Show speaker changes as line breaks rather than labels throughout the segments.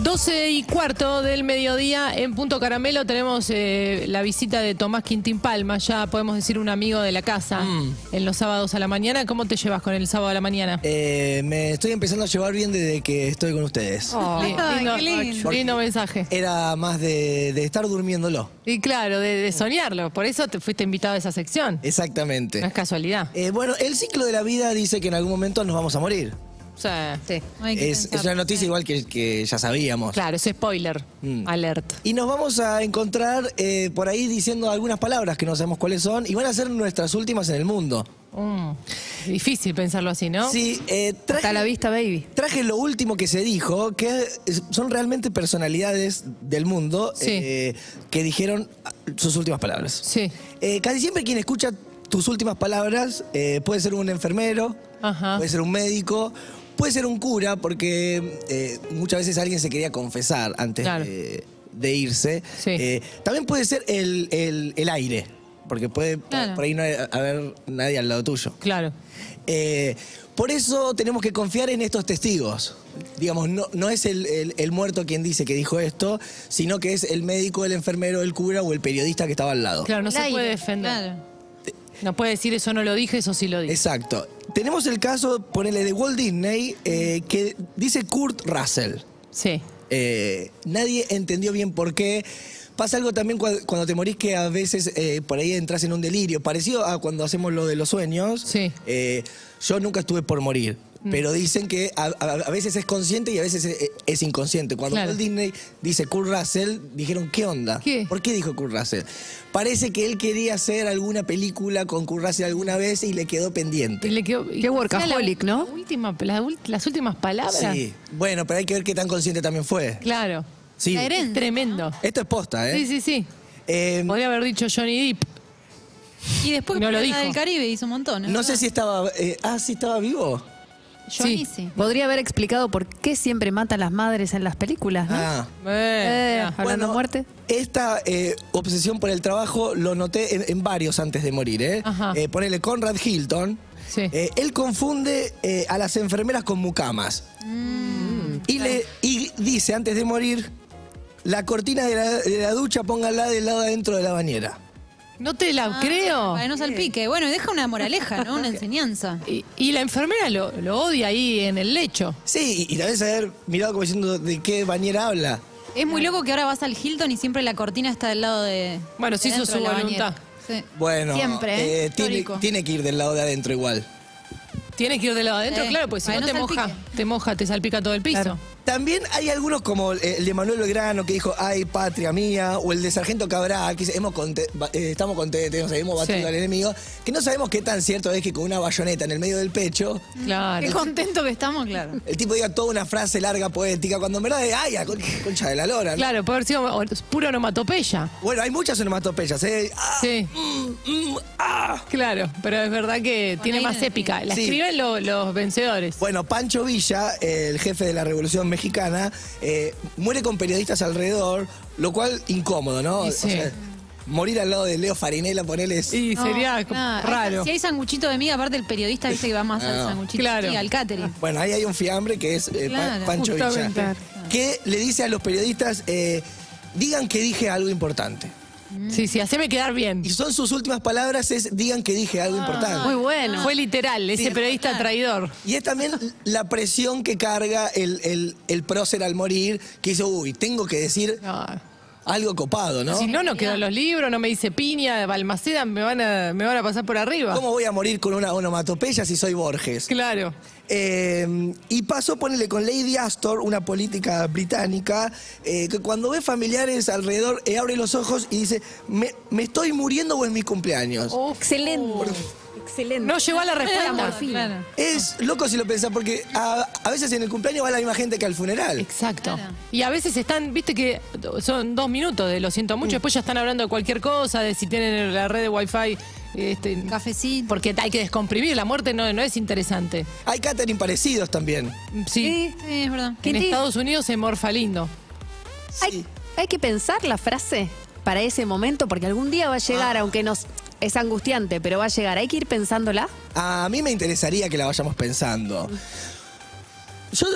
12 y cuarto del mediodía en Punto Caramelo tenemos eh, la visita de Tomás Quintín Palma, ya podemos decir un amigo de la casa
Mm.
en los sábados a la mañana. ¿Cómo te llevas con el sábado a la mañana?
Eh, me estoy empezando a llevar bien desde que estoy con ustedes.
Li- Oh, lindo, lindo mensaje.
Era más de, de estar durmiéndolo.
Y claro, de, de soñarlo, por eso te fuiste invitado a esa sección. No es
Exactamente.
casualidad.
Eh, bueno, el ciclo de la vida dice que en algún momento nos vamos a morir.
O sea,
Es, es una noticia igual que, que ya sabíamos.
claro, es spoiler,
Mm.
alert.
Y nos vamos a encontrar eh, por ahí diciendo algunas palabras que no sabemos cuáles son y van a ser nuestras últimas en el mundo.
Mm, Difícil pensarlo así, ¿no?
Sí, eh, traje-
Hasta la vista, baby.
Traje lo último que se dijo, que es- son realmente personalidades del mundo
Sí.
eh, que dijeron ah, sus últimas palabras.
Sí.
Eh, casi siempre quien escucha tus últimas palabras eh, puede ser un enfermero,
Ajá.
puede ser un médico, puede ser un cura, porque eh, muchas veces alguien se quería confesar antes
Claro.
de, de irse.
Sí.
Eh, también puede ser el, el- el aire, porque puede por ahí no haber nadie al lado tuyo.
Claro.
Eh, por eso tenemos que confiar en estos testigos. Digamos, no, no es el, el- el muerto quien dice que dijo esto, sino que es el médico, el enfermero, el cura o el periodista que estaba al lado.
Claro, no
El
se
aire,
puede defender.
claro.
No puede decir eso no lo dije, eso sí lo dije.
Exacto. Tenemos el caso, ponele, de Walt Disney, eh, que dice Kurt Russell.
Sí.
Eh, nadie entendió bien por qué. Pasa algo también cua- cuando te morís que a veces eh, por ahí entras en un delirio, parecido a cuando hacemos lo de los sueños.
Sí. Mm.
Eh, yo nunca estuve por morir, pero dicen que a, a- a veces es consciente y a veces es, es inconsciente. Cuando
Claro.
Walt Disney dice Kurt Russell, dijeron, ¿qué onda?
¿Qué?
¿Por qué dijo Kurt Russell? Parece que él quería hacer alguna película con Kurt Russell alguna vez y le quedó pendiente.
Y le quedó- y-
Qué workaholic,
o sea, la
¿no?
última- la ul- las últimas palabras.
Sí. Bueno, pero hay que ver qué tan consciente también fue.
Claro.
Sí.
La herencia.
Tremendo.
Esto es posta, ¿eh?
Sí, sí, sí.
Eh,
Podría haber dicho Johnny Depp.
Y después
No lo
Pirata
dijo.
del Caribe hizo un montón. ¿es
No
verdad?
sé si estaba. eh, ah, sí, estaba vivo.
Johnny
Sí.
sí.
Podría haber explicado por qué siempre matan las madres en las películas, ¿no?
Ah.
Eh,
Bueno,
hablando
Bueno,
de muerte.
Esta eh, obsesión por el trabajo lo noté en, en varios antes de morir, ¿eh?
Ajá.
Eh, ponele Conrad Hilton.
Sí.
Eh, él confunde eh, a las enfermeras con mucamas. y, le, y dice antes de morir: la cortina de la, de la ducha póngala del lado adentro de la bañera.
no te la
Ah,
creo.
Para que no salpique. Bueno, y deja una moraleja, ¿no? Una enseñanza.
Y, y la enfermera lo, lo odia ahí en el lecho.
Sí, y, y la vez haber mirado como diciendo de qué bañera habla.
Es muy loco que ahora vas al Hilton y siempre la cortina está del lado de.
Bueno,
de
se hizo
dentro
su
de la bañera.
voluntad.
Sí.
Bueno,
Siempre, ¿eh?
eh, tiene,
Histórico.
tiene que ir del lado de adentro igual.
Tiene que ir de lado adentro,
Sí.
claro, pues si
Para
no te
que no
moja,
salpique.
te moja, te salpica todo el piso.
También hay algunos como eh, el de Manuel Belgrano que dijo, ay, patria mía, o el de Sargento Cabral, que dice, "Hemos conte- ba- eh, estamos contentos, hemos batido
Sí.
al enemigo, que no sabemos qué tan cierto es que con una bayoneta en el medio del pecho,
Claro.
Qué contento que estamos, claro.
el tipo diga toda una frase larga poética, cuando en verdad es, ay, a con- concha de la lora. ¿no?".
Claro, puede haber sido o- pura onomatopeya.
Bueno, hay muchas onomatopeyas, ¿eh? Ah,
Sí,
mm, mm, ah.
claro, pero es verdad que tiene
aire
más
de-
épica. La
Sí.
escriben lo- los vencedores.
Bueno, Pancho Villa, eh, el jefe de la Revolución Mexicana, eh, muere con periodistas alrededor, lo cual incómodo, ¿no?
Y
O
sí.
sea, morir al lado de Leo Farinella, ponerle...
Y
No,
sería
nada.
raro.
Si hay sanguchito de miga, aparte el periodista dice que va más al
Ah.
sanguchito.
Claro.
Sí, al catering.
Bueno, ahí hay un fiambre que es eh, Pa-
Claro,
Pancho Villa,
justamente.
que le dice a los periodistas, eh, digan que dije algo importante.
Mm. Sí, sí, haceme quedar bien.
Y son sus últimas palabras, es digan que dije
Ah.
algo importante.
Muy bueno.
Fue literal, ese
Sí,
periodista traidor.
Y es también la presión que carga el, el, el prócer al morir, que dice, uy, tengo que decir
No.
algo copado, ¿no?
Si no, no quedan los libros, no me dice piña, Balmaceda, me van a, me van a pasar por arriba.
¿Cómo voy a morir con una onomatopeya si soy Borges?
Claro.
Eh, y pasó, ponele, con Lady Astor, una política británica, eh, que cuando ve familiares alrededor, eh, abre los ojos y dice, ¿me, me estoy muriendo o es mi cumpleaños?
Oh. Excelente. Excelente.
No llegó a la respuesta.
Claro.
Es loco si lo pensás, porque a, a veces en el cumpleaños va la misma gente que al funeral.
Exacto.
Claro.
Y a veces están, viste que son dos minutos de lo siento mucho, después ya están hablando de cualquier cosa, de si tienen la red de wifi. Este,
Cafecito.
porque hay que descomprimir, la muerte no, no es interesante.
Hay catering parecidos también.
Sí.
Sí, Este, es verdad.
¿Qué
En
te-
Estados Unidos se morfa lindo.
Hay, hay que pensar la frase para ese momento, porque algún día va a llegar, aunque nos es angustiante, pero va a llegar. Hay que ir pensándola.
A mí me interesaría que la vayamos pensando. Yo,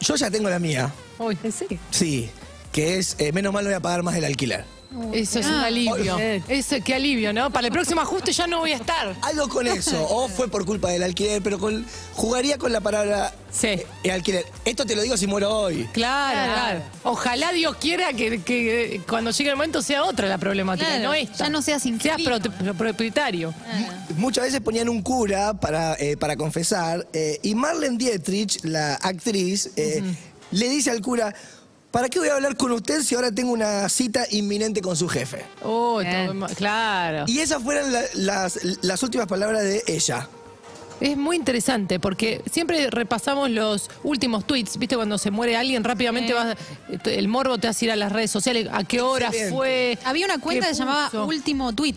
yo ya tengo la mía,
Uy,
¿En serio?
sí, que es, eh, menos mal voy a pagar más el alquiler.
eso es
Ah.
un alivio. Eso, qué alivio, ¿no? Para el próximo ajuste ya no voy a estar.
Algo con eso, o fue por culpa del alquiler, pero con, jugaría con la palabra
Sí.
eh, eh, alquiler. Esto te lo digo si muero hoy.
Claro, claro. Ojalá Dios quiera que, que cuando llegue el momento sea otra la problemática,
Claro,
no esta.
ya no seas
Seas
inquilino.
pro- pro- propietario.
Muchas veces ponían un cura para, eh, para confesar eh, y Marlene Dietrich, la actriz, eh, le dice al cura, ¿para qué voy a hablar con usted si ahora tengo una cita inminente con su jefe?
Oh, está muy ma- claro.
Y esas fueron la- las, las últimas palabras de ella.
Es muy interesante porque siempre repasamos los últimos tweets, ¿viste? Cuando se muere alguien, rápidamente vas. El morbo te hace ir a las redes sociales, a qué hora
Excelente.
fue.
Había una cuenta
qué
que se llamaba
puso. Mm.
Último Tweet.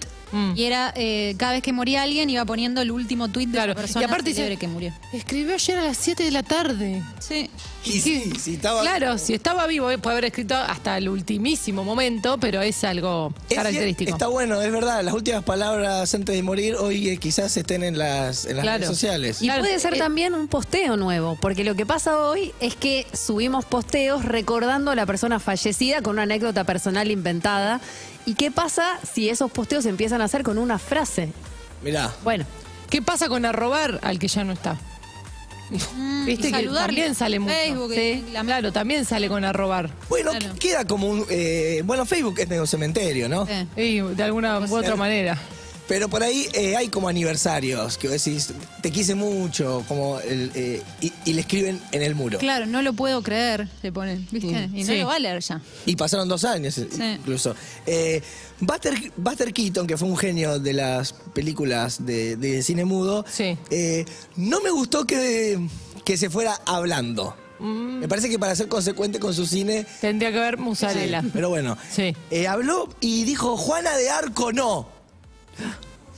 Y era, eh, cada vez que moría alguien, iba poniendo el último tweet de
Claro,
la persona
y aparte dice-
célebre que murió.
Escribió ayer a las 7 de la tarde.
Sí.
Y sí, sí, estaba...
Claro, si estaba vivo, eh, puede haber escrito hasta el ultimísimo momento, pero es algo
Es
característico.
cier- Está bueno, es verdad. Las últimas palabras antes de morir hoy eh, quizás estén en las, en las
Claro.
redes sociales.
Y
Claro,
puede ser
eh,
también un posteo nuevo, porque lo que pasa hoy es que subimos posteos recordando a la persona fallecida con una anécdota personal inventada. ¿Y qué pasa si esos posteos se empiezan a hacer con una frase?
Mirá.
Bueno,
¿Qué pasa con arrobar al que ya no está?
Mm,
Viste
y
que
saludarle.
también sale mucho.
Facebook,
Sí,
y la-
Claro, también sale con arrobar.
Bueno,
Claro.
queda como un... eh, bueno, Facebook es de un cementerio, ¿no?
Sí.
Y de alguna u otra manera.
Pero por ahí eh, hay como aniversarios, que vos decís, te quise mucho, como el, eh, y, y le escriben en el muro.
Claro, no lo puedo creer, le ponen. ¿Viste? Y no
Mm. Sí.
lo va a leer ya.
Y pasaron dos años incluso. Eh, Buster, Buster Keaton, que fue un genio de las películas de, de cine mudo,
Sí.
eh, no me gustó que, que se fuera hablando.
Mm.
Me parece que para ser consecuente con su cine...
Tendría que haber musarela.
Pero bueno,
Sí.
Eh, habló y dijo, Juana de Arco no.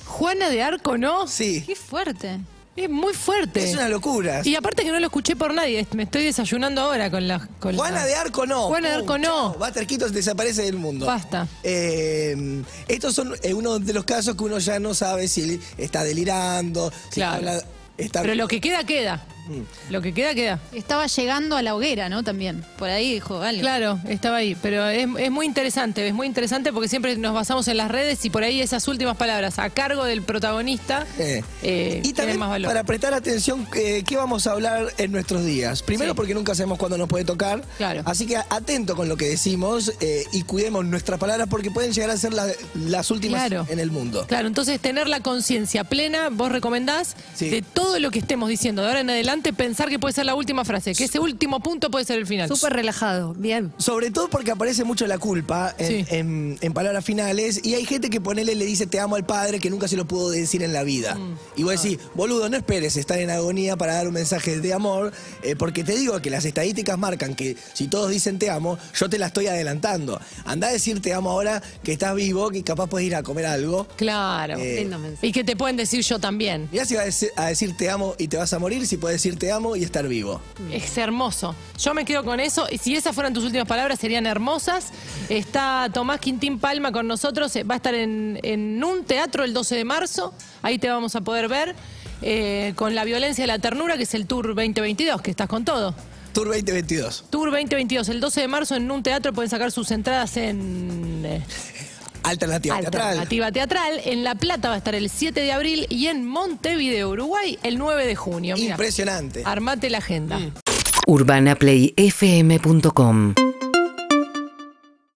Juana de Arco, ¿no?
Sí,
Qué fuerte.
Es muy fuerte.
es una locura.
Y aparte que no lo escuché por nadie, est- me estoy desayunando ahora con la... Con
Juana
la-
de Arco no.
Juana de
Pum,
Arco no.
chao. Buster Keaton desaparece del mundo.
Basta.
Eh, estos son eh, uno de los casos que uno ya no sabe si está delirando, si
Claro.
habla- está-
Pero lo que queda, queda.
Mm.
Lo que queda, queda.
Estaba llegando a la hoguera, ¿no? También. Por ahí dijo algo.
Claro, estaba ahí. Pero es, es muy interesante, es muy interesante porque siempre nos basamos en las redes y por ahí esas últimas palabras a cargo del protagonista
Eh.
eh,
y
tienen
también
más valor.
para prestar atención eh, qué vamos a hablar en nuestros días. Primero
Sí.
porque nunca sabemos cuándo nos puede tocar.
Claro.
Así que atento con lo que decimos eh, y cuidemos nuestras palabras porque pueden llegar a ser la- las últimas
Claro.
en el mundo.
Claro, entonces tener la conciencia plena, vos recomendás,
Sí.
de todo lo que estemos diciendo de ahora en adelante, pensar que puede ser la última frase, que ese último punto puede ser el final.
súper relajado, bien.
Sobre todo porque aparece mucho la culpa en,
Sí.
en- en palabras finales y hay gente que ponele le dice te amo al padre que nunca se lo pudo decir en la vida.
Mm.
Y vos decís,
Ah.
boludo, no esperes estar en agonía para dar un mensaje de amor, eh, porque te digo que las estadísticas marcan que si todos dicen te amo, yo te la estoy adelantando. Andá a decir te amo ahora que estás vivo, que capaz puedes ir a comer algo.
Claro.
Eh,
Lindo mensaje.
Y que te pueden decir yo también.
Mirá si vas a decir, a decir te amo y te vas a morir, si puedes decir te amo y estar vivo.
Es hermoso. Yo me quedo con eso. Y si esas fueran tus últimas palabras, serían hermosas. Está Tomás Quintín Palma con nosotros. Eh, Va a estar en, en un teatro el 12 de marzo. Ahí te vamos a poder ver. eh, con La Violencia de la Ternura, que es el Tour 2022, que estás con todo.
Tour 2022.
Tour 2022, el 12 de marzo en un teatro pueden sacar sus entradas en eh,
Alternativa, teatral.
Alternativa Teatral. En La Plata va a estar el 7 de abril y en Montevideo, Uruguay, el 9 de junio. Mirá,
Impresionante.
armate la agenda.
urbanaplayfm.com